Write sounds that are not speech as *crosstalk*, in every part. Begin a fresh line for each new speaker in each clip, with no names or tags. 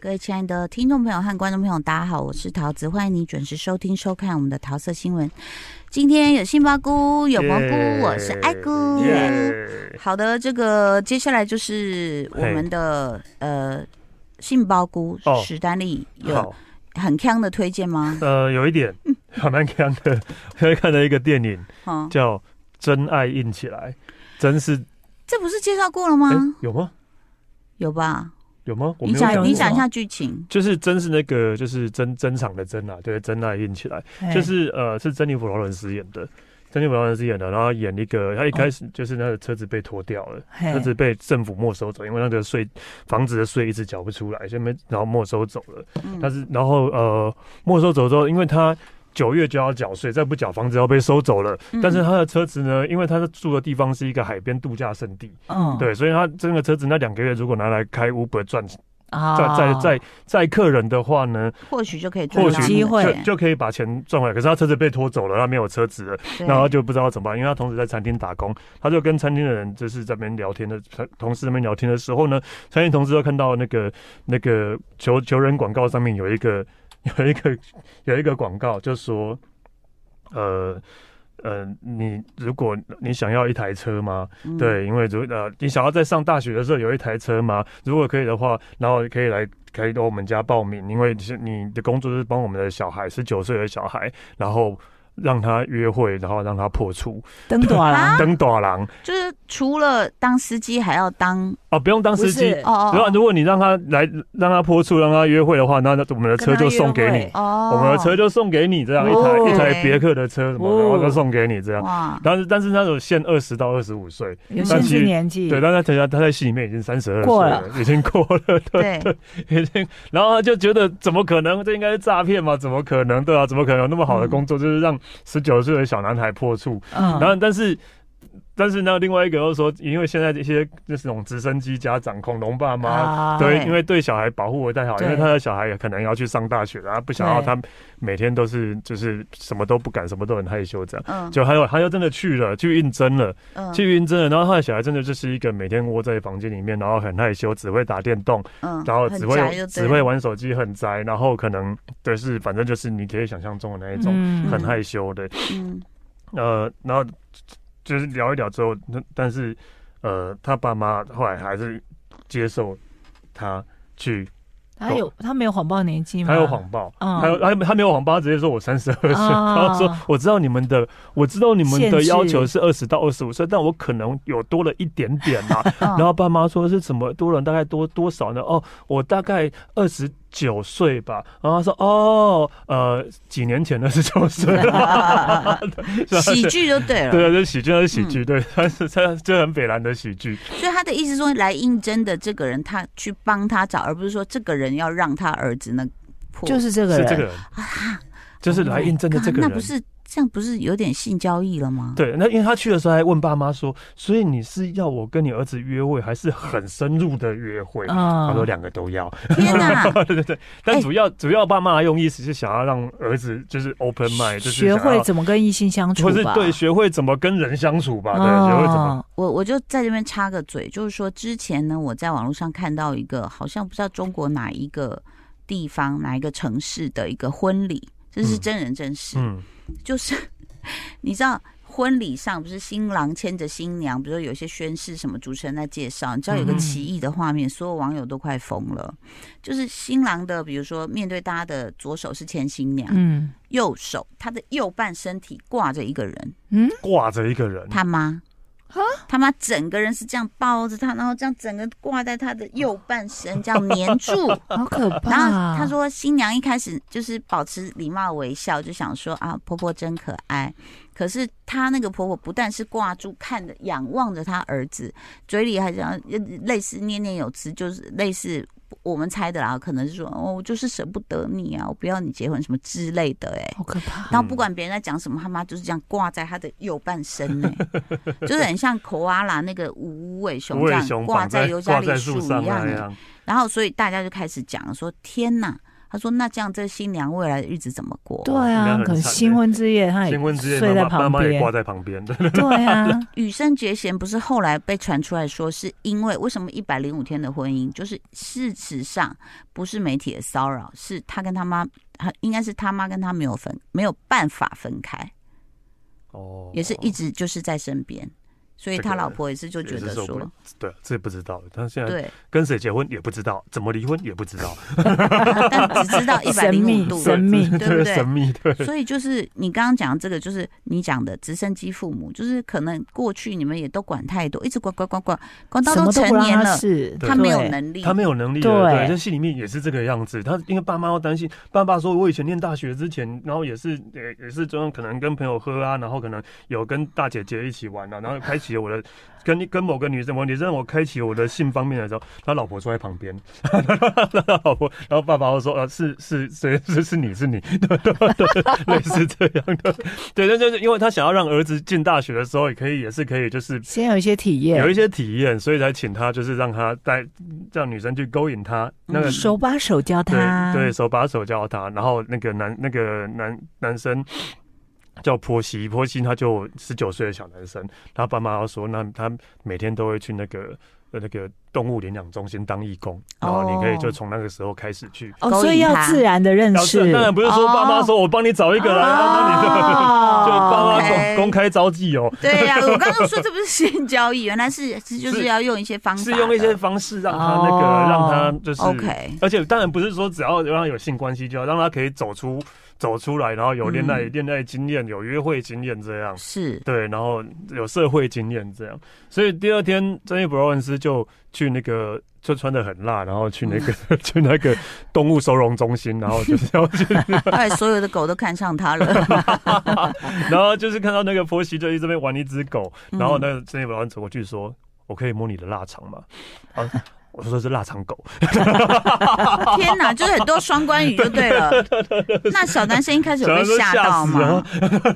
各位亲爱的听众朋友和观众朋友，大家好，我是桃子，欢迎你准时收听收看我们的桃色新闻。今天有杏鲍菇，有蘑菇我是爱菇。
耶
好的，这个接下来就是我们的呃杏鲍菇
哦
史丹利有
好，
很强的推荐吗？
呃，有一点 *laughs* 还蛮强的。刚才看了一个电影
哦，
叫《真爱硬起来》，真是
这不是介绍过了吗
哎、？有吗？
有吧？
有吗？我
嗯你
没有讲
讲
过，
你讲一下剧情。
就是真是那个就是真真场的真啊，对，真爱硬起来。就是呃，是珍妮弗·劳伦斯演的，珍妮弗·劳伦斯演的，然后演一个，他一开始就是他的车子被拖掉了，
嘿
车子被政府没收走，因为那个税房子的税一直缴不出来，所以没然后没收走了。
嗯
但是然后呃，没收走之后，因为他九月就要缴税，再不缴房子要被收走了。
嗯
但是他的车子呢，因为他住的地方是一个海边度假胜地，
嗯，
对，所以他这个车子那两个月如果拿来开 Uber 赚
啊
载载载载客人的话呢，
或许就可以赚
或
到
许
机会
就
对
就可以把钱赚回来。可是他车子被拖走了，他没有车子了，
对
然后就不知道怎么办，因为他同时在餐厅打工，他就跟餐厅的人就是在那边聊天的，同事那边聊天的时候呢，餐厅同事就看到那个那个求求人广告上面有一个有一个有一个广告，就说，呃呃，你如果你想要一台车吗？
嗯
对，因为如呃，你想要在上大学的时候有一台车吗？如果可以的话，然后可以来可以到我们家报名，因为是你的工作就是帮我们的小孩，十九岁的小孩，然后让他约会，然后让他破处，
登短
啊
*laughs*
了，
登短郎
就是除了当司机，还要当
哦，不用当司机。
不是
哦哦
如果
哦
如果你让他来让他破处，让他约会的话，那那我们的车就送给你，
哦，
我们的车就送给你这样一台、
哦
一台别克的车什么，
哦
然后就送给你这样。
哇，
但是但是那种限二十到二十五岁，
有限制年纪，
对，但他等下他在戏里面已经三十二岁
过
了，已经过了，
对，
已经， *laughs* 然后他就觉得怎么可能？这应该是诈骗嘛？怎么可能？对啊，怎么可能有那么好的工作，就是让十九岁的小男孩破处？
嗯
然后，但是，但是呢，另外一个又说，因为现在这些就是那种直升机家长、恐龙爸妈。
啊
对，
对
因为对小孩保护的太好，因为
对
他的小孩可能要去上大学了，他不想要
对
他每天都是就是什么都不敢，什么都很害羞这样。
嗯，
就还有，他又真的去了，去应征了，
嗯
去应征了，然后他的小孩真的就是一个每天窝在房间里面，然后很害羞，只会打电动，
嗯
然后
很
只会
宅就对
只会玩手机，很宅，然后可能就是反正就是你可以想象中的那一种、
嗯
很害羞的， *laughs*
嗯
呃，然后就是聊一聊之后，那但是呃，他爸妈后来还是接受他去，
他有他没有谎报年纪吗？
他有谎报。
哦
嗯，
他有他他没有谎报，他直接说我三十二岁，
啊
然后说我知道你们的，我知道你们的
限制
要求是二十到二十五岁，但我可能有多了一点点啊啦、
嗯，
然后爸妈说是怎么多人大概多多少呢？哦，我大概二十九岁吧。然后他说哦，呃，几年前的十
*laughs*
九岁了。 *laughs*
喜剧嗯就对了，
对啊，就是喜剧，就是喜剧，对， *laughs* 他是他就很北兰的喜剧，
所以他的意思说，来应征的这个人，他去帮他找，而不是说这个人要让他儿子那破，
就是这个
是
人，
这个人，
啊，哦
就是来应征的这个
那
人。
不是这样，不是有点性交易了吗？
对，那因为他去的时候还问爸妈说，所以你是要我跟你儿子约会，还是很深入的约会？
嗯
他说两个都
*laughs*
要， *laughs*
天哪，
对对对，但主要、主要爸妈用意是想要让儿子就是 open mind，就是
学
想要
会怎么跟异性相处
或是
吧，
对学会怎么跟人相处吧，对，
嗯
学会怎么
我我就在这边插个嘴，就是说之前呢，我在网络上看到一个，好像不知道中国哪一个地方哪一个城市的一个婚礼，这是
嗯
真人真事，
嗯
就是 *laughs* 你知道。婚礼上不是新郎牵着新娘，比如说有一些宣誓什么，主持人在介绍，你知道有个
嗯
奇异的画面，所有网友都快疯了。就是新郎的，比如说面对大家的左手是牵新娘，
嗯
右手他的右半身体挂着一个人，
嗯，
挂着一个人，
他妈
啊，
他妈整个人是这样抱着他，然后这样整个挂在他的右半身，这样粘住。
好可怕。
然后他，说，新娘一开始就是保持礼貌微笑，就想说啊，婆婆真可爱。可是她那个婆婆不但是挂住看着、仰望着她儿子，嘴里还讲呃类似念念有词，就是类似我们猜的啦，可能是说哦，我就是舍不得你啊，我不要你结婚什么之类的、欸，哎，
好可怕。
*laughs*
然后不管别人在讲什么，他妈就是这样挂在他的右半身呢、就是很像口阿拉那个无尾熊这
无尾
样
熊
挂
绑
在
在
尤加
挂
利
在
树
树
一
上啊
样、
那
欸。
样，
然后所以大家就开始讲说：“天哪！”他说：“那这样这新娘未来的日子怎么过？”
对
应该
啊，
很
可
惨
新婚之夜，
哎
他也
新婚之夜
睡在
妈妈妈
旁
妈也挂
边。
在旁
*laughs*
边，对，
对啊，
羽生结弦不是后来被传出来说，是因为为什么一百零五天的婚姻，就是事实上不是媒体的骚扰，是他跟他妈，他应该是他妈跟他没有分，没有办法分开，
哦
也是一直就是在身边，所以
这个
他老婆也是就觉
也
得
是受不
说
了，对，这不知道，他现在
对，
跟谁结婚也不知道，怎么离婚也不知道，
但只
*laughs*
知道一百
神
零五
秘
度，
神秘，
对不对
神秘 *laughs* 对，
所以就是你刚刚讲这个，就是你讲的直升机父母，就是可能过去你们也都管太多，一直管管管管管到
什么
都
都
成
不让
年
他
了，
试，
他没有
对
能力，
他没有能力
对
了，对，在戏里面也是这个样子。他因为爸妈要担心，爸爸说我以前念大学之前，然后也是也也是中样，可能跟朋友喝啊，然后可能有跟大姐姐一起玩啊，然后开启了我的跟跟某个女生，我女生我开启我的性方面的时候，他老婆坐在旁边，他老婆，然后爸爸会说呃是是是是是你是你，对对对，类似这样的，对，但就是因为他想要让儿子进大学的时候也可以，也是可以就是
先有一些体验
有，一些体验，所以才请他，就是让他带让女生去勾引他，那个、
手把手教嗯他，
对对，手把手教他，然后那个男那个男男生。叫波西，波西他就十九岁的小男生，他爸妈说，那他每天都会去那个呃那个动物领养中心当义工，然后你可以就从那个时候开始去。
哦，
勾引
所以要
他
自然的认
要
识
是，当然不是说爸妈说我帮你找一个来，那、你就、
哦哦
就爸妈
，OK
公公开招妓哦，
对
*laughs*
呀、我刚刚说这不是性交易，原来是是就是要用一些方法
是
的，
用一些方式让他那个、
哦
让他就是
嗯 OK，
而且当然不是说只要让他有性关系就要让他可以走出走出来，然后有恋爱
嗯
恋、爱经验、有约会经验这样，
是
对，然后有社会经验这样。所以第二天，珍妮弗劳伦斯就去那个。就穿的很辣，然后去那
*laughs*
个去那个动物收容中心，然后就是要去，
后来所有的狗都看上他了，
*laughs* 然后就是看到那个婆媳就一直被玩一只狗，
嗯
然后那个珍妮弗劳伦斯走过去说：“我可以摸你的腊肠吗？”啊，我说是腊肠狗，
天哪，就是很多双关语就对了。那小男生一开始有被吓到吗？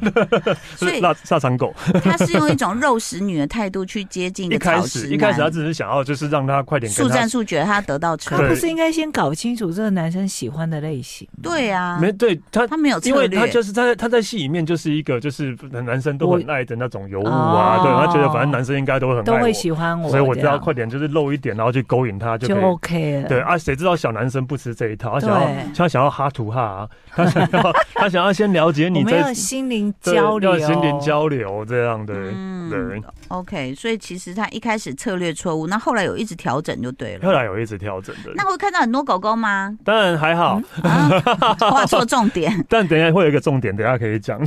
*laughs* 所
是
以
腊腊肠狗。
他是用一种肉食女的态度去接近
一
的
开
草
始
食
一开始他
男，
只是想要就是让他快点跟
速
他
战速决，他得到
他
车，
不
对
是应该先搞清楚这个男生喜欢的类型？
对啊，
没对他，
他没有
因
策
为
略，
他就是他在他在戏里面就是一个就是男生都很爱的那种尤物
我
啊，对，
哦
他觉得反正男生应该都会很
都
爱
会
我，
喜欢我，
所以我知道
这样
快点就是露一点，然后去勾引他就
就
可以。
OK 了。
对啊，谁知道小男生不吃这一套，他想要
对
他想要哈图哈啊，他想
*laughs*
要他想要先了解
我
你
们
在
要心灵
对
交流，嗯
要心灵交流这样的，嗯对。
嗯 OK，所以其实他一开始策略错误，那后来有一直调整就对
*laughs*
了。
后来有一直调整的，
那会看到很多狗狗
*laughs*
吗？
当然还
嗯
好，
啊， *laughs* 画错重点
*laughs* 但等一下会有一个重点，等一下可以讲。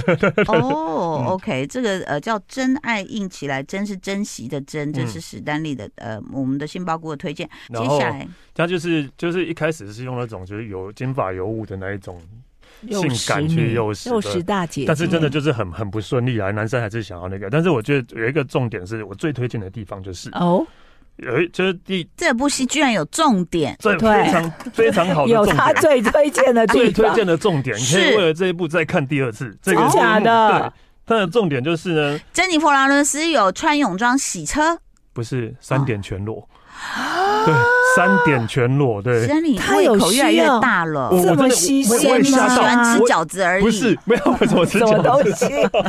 哦。OK，这个呃叫“真爱硬起来”，真是珍惜的珍，这是史丹利的呃我们的杏鲍菇的推荐。
嗯然
接
后
下来
他就是就是一开始是用那种就是有金发尤物的那一种，
幼
性
时
感去
女
诱使
幼
的
时大姐姐，
但是真的就是很很不顺利啊，男生还是想要那个。但是我觉得有一个重点是我最推荐的地方就是
哦，
有一就是第
这部戏居然有重点，
最
哦对
非常非常好的
有
重
他
点。
最推荐的地
最推
方，
荐的重点，你可
是
以为了这一部再看第二次。这个
真
是
假的
对，它的重点就是呢，
珍妮弗·劳伦斯有穿泳装洗车，
不是三点全裸，
哦
对，三点全裸，对
史，丹利
他
胃
有
口越来
需
越
要
大了
我，
啊这
我真
么
的
牺
我
嫌
我也
牲
你喜
吓到
欢吃
我
饺子而已。
不是，没有，我怎么吃
什么
饺
东
子？
西？
*laughs*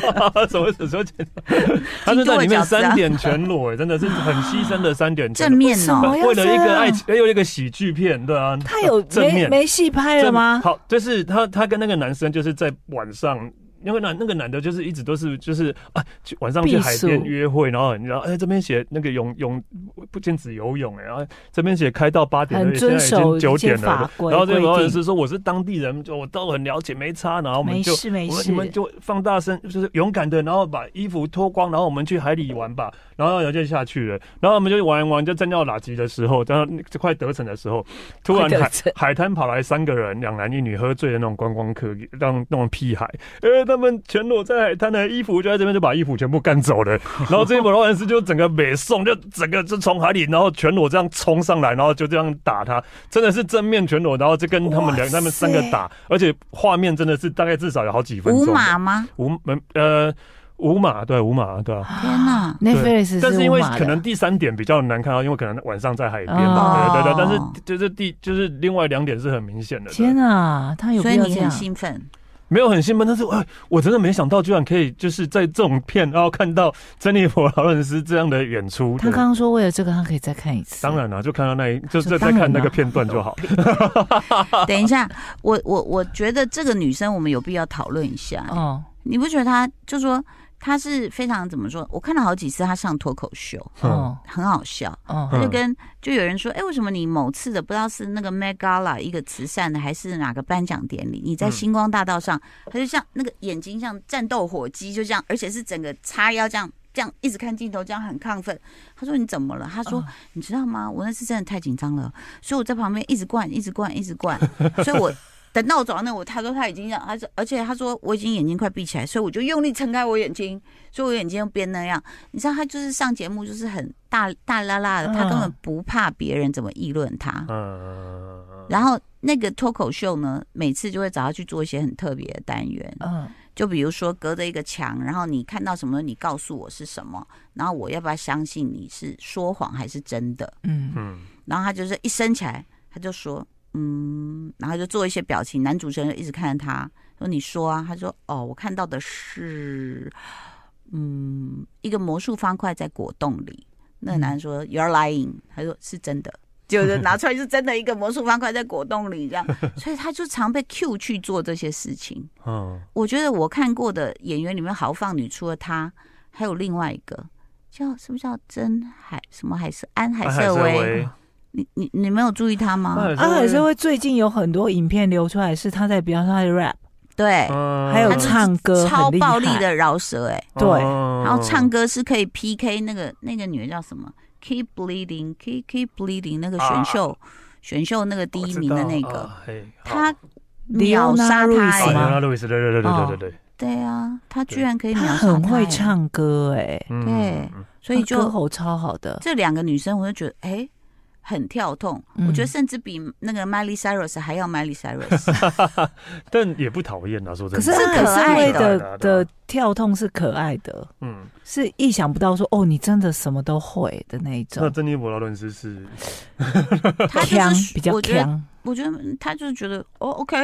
什么什么全， *laughs* 他是在里面三点全裸、哎，真的是很牺牲的三点全
正
裸。
面
为什么
哦，
要
呃为了一
这
个
样
爱情，哎，有一个喜剧片，对啊，
他有
正
没
面
没戏拍了吗？
好，就是他他跟那个男生就是在晚上。因为那那个男的，就是一直都是就是啊，去晚上去海
避
边
暑
约会，然后你知道，哎，这边写那个泳泳不禁止游泳哎、然后这边写开到八点，
很
现在
遵
已
守
经九
一些
点
法
了，
规
然后这个
规
老
定
师是说我是当地人，就我都很了解，没差，然后我们
没
就
事没
我们
事
你，们就放大声，就是勇敢的，然后把衣服脱光，然后我们去海里玩吧。然后人就下去了，然后我们就玩一玩，就站到垃圾的时候，然后就快得逞的时候，突然
快得
海
逞
海滩跑来三个人，两男一女，喝醉的那种观光客，让那种屁孩，呃，他们全裸在海滩的衣服就在这边就把衣服全部干走
*laughs*
了，然后这一波劳恩斯就整个北宋，就整个就从海里，然后全裸这样冲上来，然后就这样打他，真的是正面全裸，然后就跟他们两
哇塞
他们三个打，而且画面真的是大概至少有好几分钟
五
的，
马吗？
五嗯呃五马对五马对啊。
天哪！
那 f
对
e 是
但是因
无
为
码的
可能第三点比较难看到，因为可能晚上在海边嘛，
哦
对对对。但是就是第就是另外两点是很明显的。
天
对
啊，他有
所
必
以
要
你
这
很
样？
兴奋，
没有很兴奋，但是哎，我真的没想到居然可以就是在这种片，然后看到珍妮佛劳伦斯这样的演出。
他
对
刚刚说为了这个，他可以再看一次。
当然了、就看到那一就是
这
在
当然
看那
啦
个片段就
*laughs*
好。
等一下，我我我觉得这个女生我们有必要讨论一下。
哦，
你不觉得她就说她是非常怎么说？我看了好几次她上脱口秀，
哦
很好笑。
哦
她
哦，
就跟就有人说，哎、为什么你某次的不知道是那个 Met Gala 一个慈善的，还是哪个颁奖典礼，你在
嗯
星光大道上，她就像那个眼睛像战斗火鸡，就这样，而且是整个叉腰这样，这样一直看镜头，这样很亢奋。她说你怎么了？她
哦
说、你知道吗？我那次真的太紧张了，所以我在旁边一直灌，一直灌，一直灌，所以
*laughs*
我。等到我走到那，我他说他已经这样，他说，而且他说我已经眼睛快闭起来，所以我就用力撑开我眼睛，所以我眼睛又变那样。你知道他就是上节目就是很大大啦啦的，他根本
嗯
不怕别人怎么议论他。
嗯，
然后那个脱口秀呢，每次就会找他去做一些很特别的单元，
嗯，
就比如说隔着一个墙，然后你看到什么，你告诉我是什么，然后我要不要相信你是说谎还是真的？
嗯
嗯，
然后他就是一升起来，他就说，嗯，然后就做一些表情。男主持人就一直看着他，说你说啊，他说哦，我看到的是，嗯，一个魔术方块在果冻里。那个男人说、You're lying，他说是真的。就是拿出来是真的一个魔术方块在果冻里这样， *laughs* 所以他就常被 Q 去做这些事情。
嗯，
我觉得我看过的演员里面，豪放女除了她，还有另外一个叫什么叫真海什么海瑟安啊海
安
瑟薇，
啊薇，
你你你没有注意他吗？
安
安啊海
瑟
社，会最近有很多影片流出来，是他在比方说他的 rap，
对，
嗯
还有
他自己
哦唱歌
超
很厉
暴力
害哦
的饶舌哎、
对
嗯
然后唱歌是可以 PK 那个那个女的叫什么？Keep bleeding, keep keep bleeding 那个
啊
选秀、选秀那个第一名的那个，他秒杀他
Leona Ruiz
哎、
吗
啊，路易斯，对对对对对对对，
对啊，他居
对
然可以秒
他
杀
很会
哎，
唱歌哎、
嗯
对
嗯
所以
他歌
就
喉超好的。
这两个女生，我就觉得哎。很跳痛，
嗯
我觉得甚至比那个 Miley Cyrus 还要 Miley
*laughs*
Cyrus。
但也不讨厌啊，说真
可
的，
是
是
他
可
社
爱
会
的
的的跳痛是可爱的，
嗯，
是意想不到说哦，你真的什么都会的那一
那
种，
珍妮佛劳伦斯是
她就
强
是
比较
我觉得，
强，
我觉得她就是觉得哦，OK，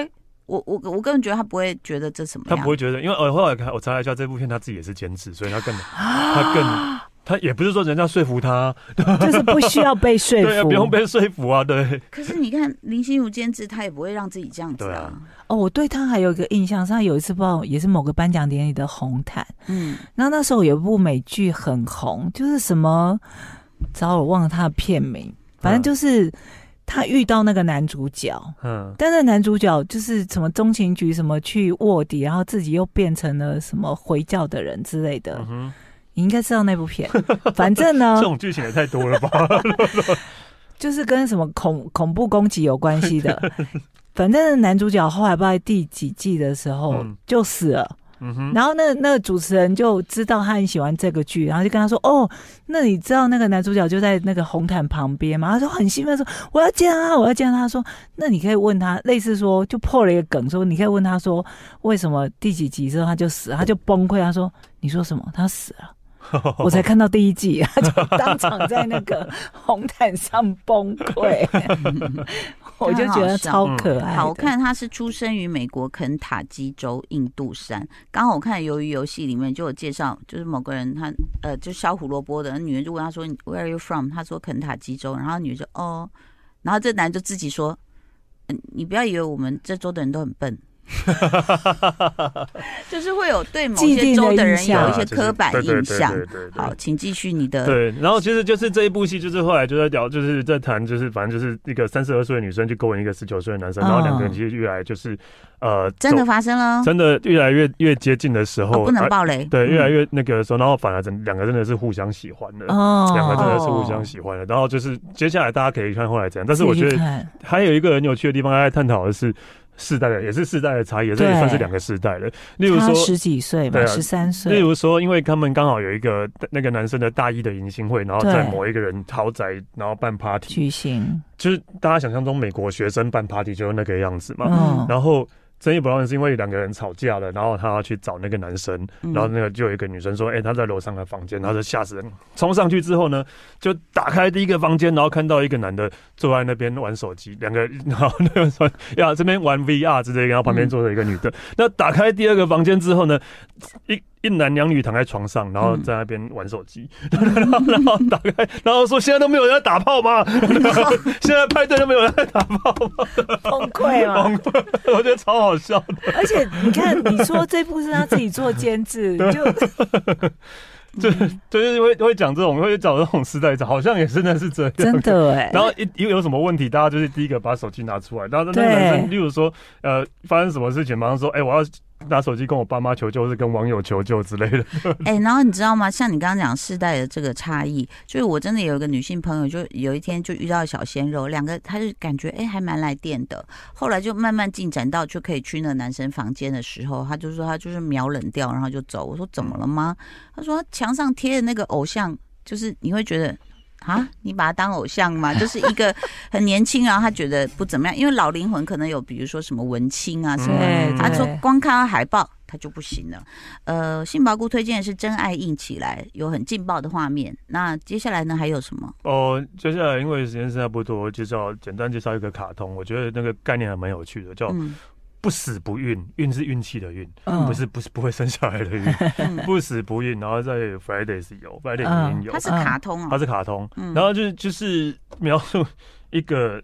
我我我个人觉得她不会觉得这什么
他
样，
不会觉得，因为我后来看我查了一下，这部片他自己也是监制，所以他更
啊
他更他也不是说人家说服他，
就是不需要被
*laughs*
说
对啊，
服。
不用被说服啊，对，
可是你看林心如监制，她也不会让自己这样子
对
啊
啊。
哦，我对他还有一个印象，是他有一次不知道也是某个颁奖典礼的红毯，
嗯，
然后那时候有一部美剧很红，就是什么，早我忘了他的片名，反正就是他遇到那个男主角，
嗯
但那男主角就是什么中情局什么去卧底，然后自己又变成了什么回教的人之类的，
嗯哼，
你应该知道那
*laughs*
部片。反正
嗯
呢
这，种剧情也太多了吧，
就是跟什么恐恐怖攻击有关系
*laughs*
的。反正男主角后来不知道第几季的时候
嗯
就死了，
嗯哼，
然后那那个主持人就知道他很喜欢这个剧，然后就跟他说：“哦，那你知道那个男主角就在那个红毯旁边吗？”他说哦很兴奋说：“我要见他，我要见他。”他说：“那你可以问他，类似说就破了一个梗，说你可以问他说为什么第几集之后他就死了，他就崩溃，他说你说什么？他死了。”我才看到第一季，他就当场在那个红毯上崩溃， *laughs* 我就觉得超可爱，
好。看。她是出生于美国肯塔基州印度山。刚好我看《鱿鱼游戏》里面就有介绍，就是某个人他呃，就削胡萝卜的，那女人就问他说你 “Where are you from？” 他说肯塔基州，然后女人就哦，然后这男人就自己说：“嗯，你不要以为我们这州的人都很笨。”
*laughs*
就是会有对某
既
些
定
州的
的印
人有
象
一些刻板印象
啊对。对对对对对
好，请继续你的。
对，然后其实就是这一部戏，就是后来就在聊，就是在谈，就是反正就是一个三十二岁的女生去勾引一个十九岁的男生，然后两个人其实越来就是呃，
哦真的
走
发生了，
真的越来越越接近的时候，
哦不能
而
爆雷。
对，越来
嗯
越那个的时候，然后反而真两个真的是互相喜欢的。
哦，
两个真的是互
哦
相喜欢的，然后就是接下来大家可以看后来怎样，但是我
自己
觉得
看
还有一个很有趣的地方，大家在探讨的是世代的，也是世代的差异，也是也
对
算是两个世代的。例如
他
说，
十几岁
对
嘛，
啊
十三岁，
例如说，因为他们刚好有一个那个男生的大一的迎新会，然后
对
在某一个人豪宅，然后办 party，
巨星，
就是大家想象中美国学生办 party 就是那个样子嘛。
嗯，
然后争议不断是因为两个人吵架了，然后他要去找那个男生，
嗯
然后那个就有一个女生说：“哎、她在楼上的房间。”然后就吓死人，冲上去之后呢，就打开第一个房间，然后看到一个男的坐在那边玩手机，两个 *laughs* 然后那个说呀这边玩 VR 之类的，然后旁边坐着一个女的。那打开第二个房间之后呢，一一男两女躺在床上，然后在那边玩手机， *laughs* 然后然后打开，然后说现在都没有人在打炮吗？ *laughs* 现在派对都没有人在打炮吗？
崩溃嘛。
崩溃， *laughs* 我觉得超好笑。
而且你看，你说这部是他自己做监制，你就
就是会会讲这种，会找这种时代好像也真的是这样。
真。的哎、
然后一一有什么问题，大家就是第一个把手机拿出来。然后那个
对
男生，例如说，呃，发生什么事情，马上说，哎、我要拿手机跟我爸妈求救，或是跟网友求救之类的。
哎、然后你知道吗？像你刚刚讲世代的这个差异，就是我真的有一个女性朋友，就有一天就遇到小鲜肉，两个她就感觉哎、还蛮来电的，后来就慢慢进展到就可以去那男生房间的时候，她就说她就是秒冷掉，然后就走。我说怎么了吗？她说墙上贴的那个偶像，就是你会觉得。啊，你把他当偶像吗？就是一个很年轻，然后他觉得不怎么样，因为老灵魂可能有，比如说什么文青啊什么
对，
嗯
他
对
说光看到海报他就不行了。呃，杏鲍菇推荐的是《真爱硬起来》，有很劲爆的画面。那接下来呢，还有什么？
哦，接下来因为时间剩下不多，我介绍简单介绍一个卡通，我觉得那个概念还蛮有趣的，叫
嗯
“不死不孕”，孕是运气的孕，
嗯
不是不是不会生小孩的孕，
嗯，
不死不孕。然后在 Fridays 有，Fridays *laughs* 影音有
它，是卡通
它
哦。
是卡通，
嗯
然后就是就是描述一个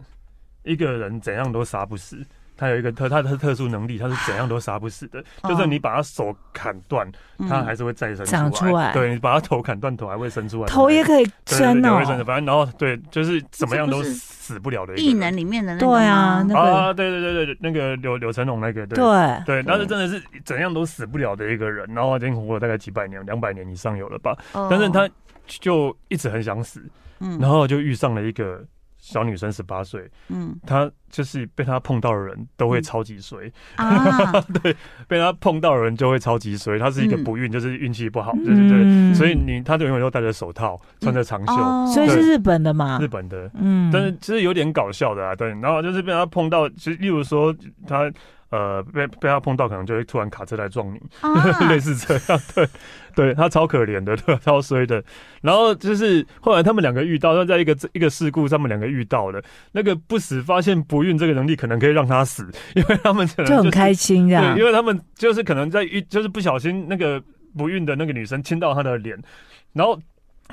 一个人怎样都杀不死，他有一个特他的特殊能力，他是怎样都杀不死的，
哦嗯
就是你把他手砍断，他还是会再生
长出来
对你把他头砍断，头还会生出来，
头也可以
对对对
伸
头
哦
会，生的，反正然后对，就是怎么样
这
都
不是
死不了的一
异
个
能
人。
里面的那个
对啊
吗
那个
啊，对对对对，那个柳柳成龙那个，对
对，
对，那是真的是怎样都死不了的一个人，然后已经活了大概几百年，两百年以上有了吧，
哦
但是他就一直很想死，
嗯
然后就遇上了一个小女生，十八岁， *laughs*
嗯
她就是被她碰到的人都会超级衰，
啊，
被她碰到的人就会超级衰。她是一个
嗯
不孕，就是运气不好，对对对，
嗯
所以你她就永远都戴着手套，穿着长袖，
哦
所以是日本的嘛
日，本的，
嗯，
但是其实有点搞笑的啊，对。然后就是被她碰到，其实例如说她呃被被她碰到，可能就会突然卡车来撞你，
啊
*laughs* 类似这样，对，对他超可怜的， *laughs* 对，超衰的。然后就是后来他们两个遇到，那在一个一个事故，他们两个遇到了那个不死发现不孕这个能力，可能可以让他死， *laughs* 因为他们可能、
就很开
心，
心这样
对，因，为他们就是可能在遇，就是不小心那个不孕的那个女生亲到他的脸，然后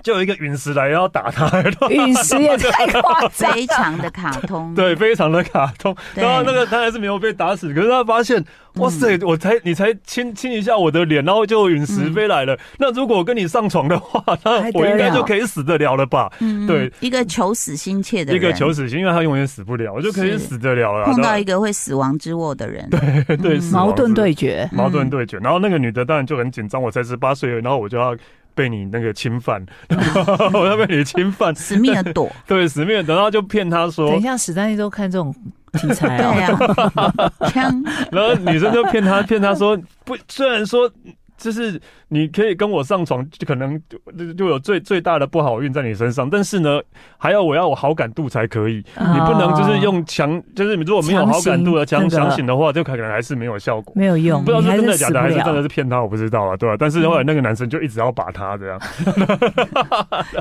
就有一个陨石来要打他， *laughs* 然后
陨石也太夸张
非
了，
常的卡
嗯
通。
*laughs* 对，非常的卡通。
对
然后那个他还是没有被打死，可是他发现，哇塞，
嗯
我才你才亲亲一下我的脸，然后就陨石飞来了。那如果我跟你上床的话， *laughs* 那
嗯还得
我应该
了
就可以死得了了吧？
嗯
对，
一个求死心切的
一
人，
个求死心，因为他永远死不了，我就可以
是
死得了了。
碰
然
到
后
一个会死亡之握的人，嗯对，
*laughs* 对死亡
嗯矛盾
之
对决，嗯
矛盾对决，然后那个女的当然就很紧张，我才十八岁而已，然后我就要。被你那个侵犯，我要被你侵犯，
死命的躲，
*laughs* 对，死命，然后就骗他说，
等一下，史丹利都看这种题材
对
哦，
呀， *laughs* 枪，
然后女生就骗他， *laughs* 骗他说不，虽然说就是你可以跟我上床，就可能就就有最最大的不好运在你身上，但是呢，还要我要我好感度才可以，你不能就是用强，就是你如果没有好感度的强
啊强行那个
强行的话，就可能还是没有效果。
没有用，
不知道
你
是
还
真的
是
假
死不
的，还是真的
了，
是骗他，我不知道啊，对吧、但是后来那个男生就一直要把他这样，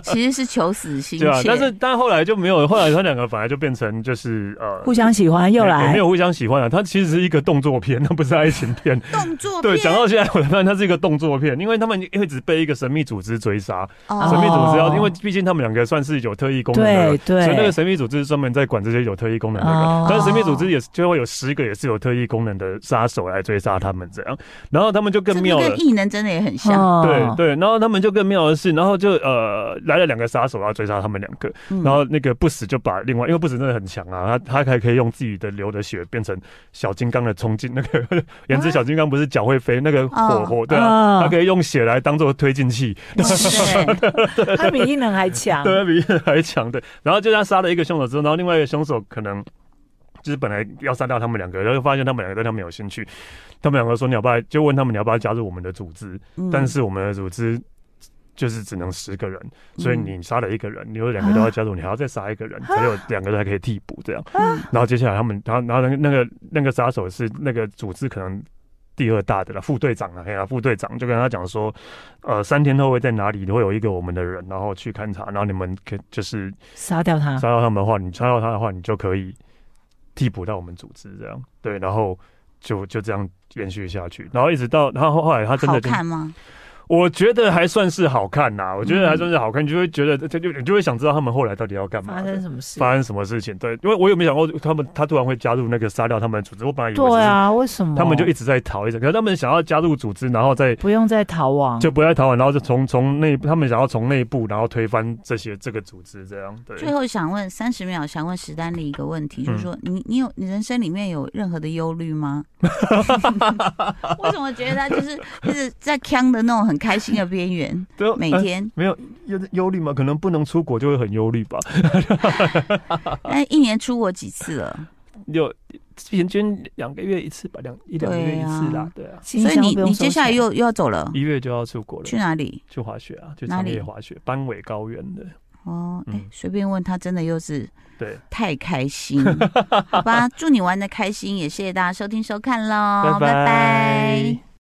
其实是求死心
对啊
切。，
但是但后来就没有，后来他两个反而就变成就是呃，
互相喜欢又
也
来
没，有互相喜欢了、啊。他其实是一个动作片，那不是爱情片，
动作
对，
片
讲到现在，我发现它是一个动作片，因为他们因为只被一个神秘组织追杀，
哦
神秘组织要，
哦
因为毕竟他们两个算是有特异功能的
对
人，
对，
所以那个神秘组织是专门在管这些有特异功能的人。
哦
但是神秘组织也是就会有十个也是有特异功能的杀手来追杀他们这样，然后他们就
这
更
个
妙了
跟。异能真的也很像。
哦
对对，然后他们就更妙的是，然后就呃来了两个杀手要追杀他们两个，
嗯
然后那个不死就把另外，因为不死真的很强啊，他他还可以用自己的流的血变成小金刚的冲进那个 *laughs* 原子小金刚不是脚会飞那个火
哦
火对啊，
哦
他可以用血来当做推进器，
对，
*laughs* 他比异能还强。
对啊比人还强的。然后就他杀了一个凶手之后，然后另外一个凶手可能就是本来要杀掉他们两个，然后就发现他们两个对他们有兴趣，他们两个说你要不要就问他们你要不要加入我们的组织，
嗯
*laughs* 但是我们的组织。就是只能十个人，
嗯
所以你杀了一个人，你有两个都要加入，你还要再杀一个人，
啊
才有两个人才可以替补这样。
啊
嗯
然后接下来他们，然后然后那个那个那个杀手是那个组织可能第二大的了，副队长啊，哎呀，副队长就跟他讲说，呃，三天后会在哪里会有一个我们的人，然后去勘察，然后你们可就是
杀掉
啊
他，
杀掉他们的话，你杀掉他的话，你就可以替补到我们组织这样，对，然后就就这样延续下去，然后一直到然后后来他真
好
的就
看吗？
我觉得还算是好看
嗯
呐、我觉得还算是好看，你就会觉得就就你就会想知道他们后来到底要干嘛
发
的
生什么事？
发生什么事情？对，因为我也没想过他们他突然会加入那个杀掉他们的组织，我本来以为只
对
是
啊，为什么
他们就一直在逃，一直，可是他们想要加入组织，然后再
不用再逃亡？
就不要逃亡，然后就从从内他们想要从内部然后推翻这些这个组织这样，对，嗯
最后想问三十秒，想问史丹利一个问题，就是说你你有你人生里面有任何的忧虑
*laughs*
吗？为什么觉得他就是一直在呛的那种很开心的边
*laughs*
缘？
对
每
呃
天，
没有忧忧虑吗？可能不能出国就会很忧虑吧。哎
但哎一年出国几次了？
有平均两个月一次吧，两一两个月一次啦，对啊，
所
所以你你接下来又又要走了，
一月就要出国了
去，哪里？
去滑雪啊，去
哪
长
里
野滑雪，班尾高原的。
哦，哎、
嗯
随便问他，真的又是
对
太开
*laughs*
心，好吧？祝你玩的开心，也谢谢大家收听收看喽，
拜
拜拜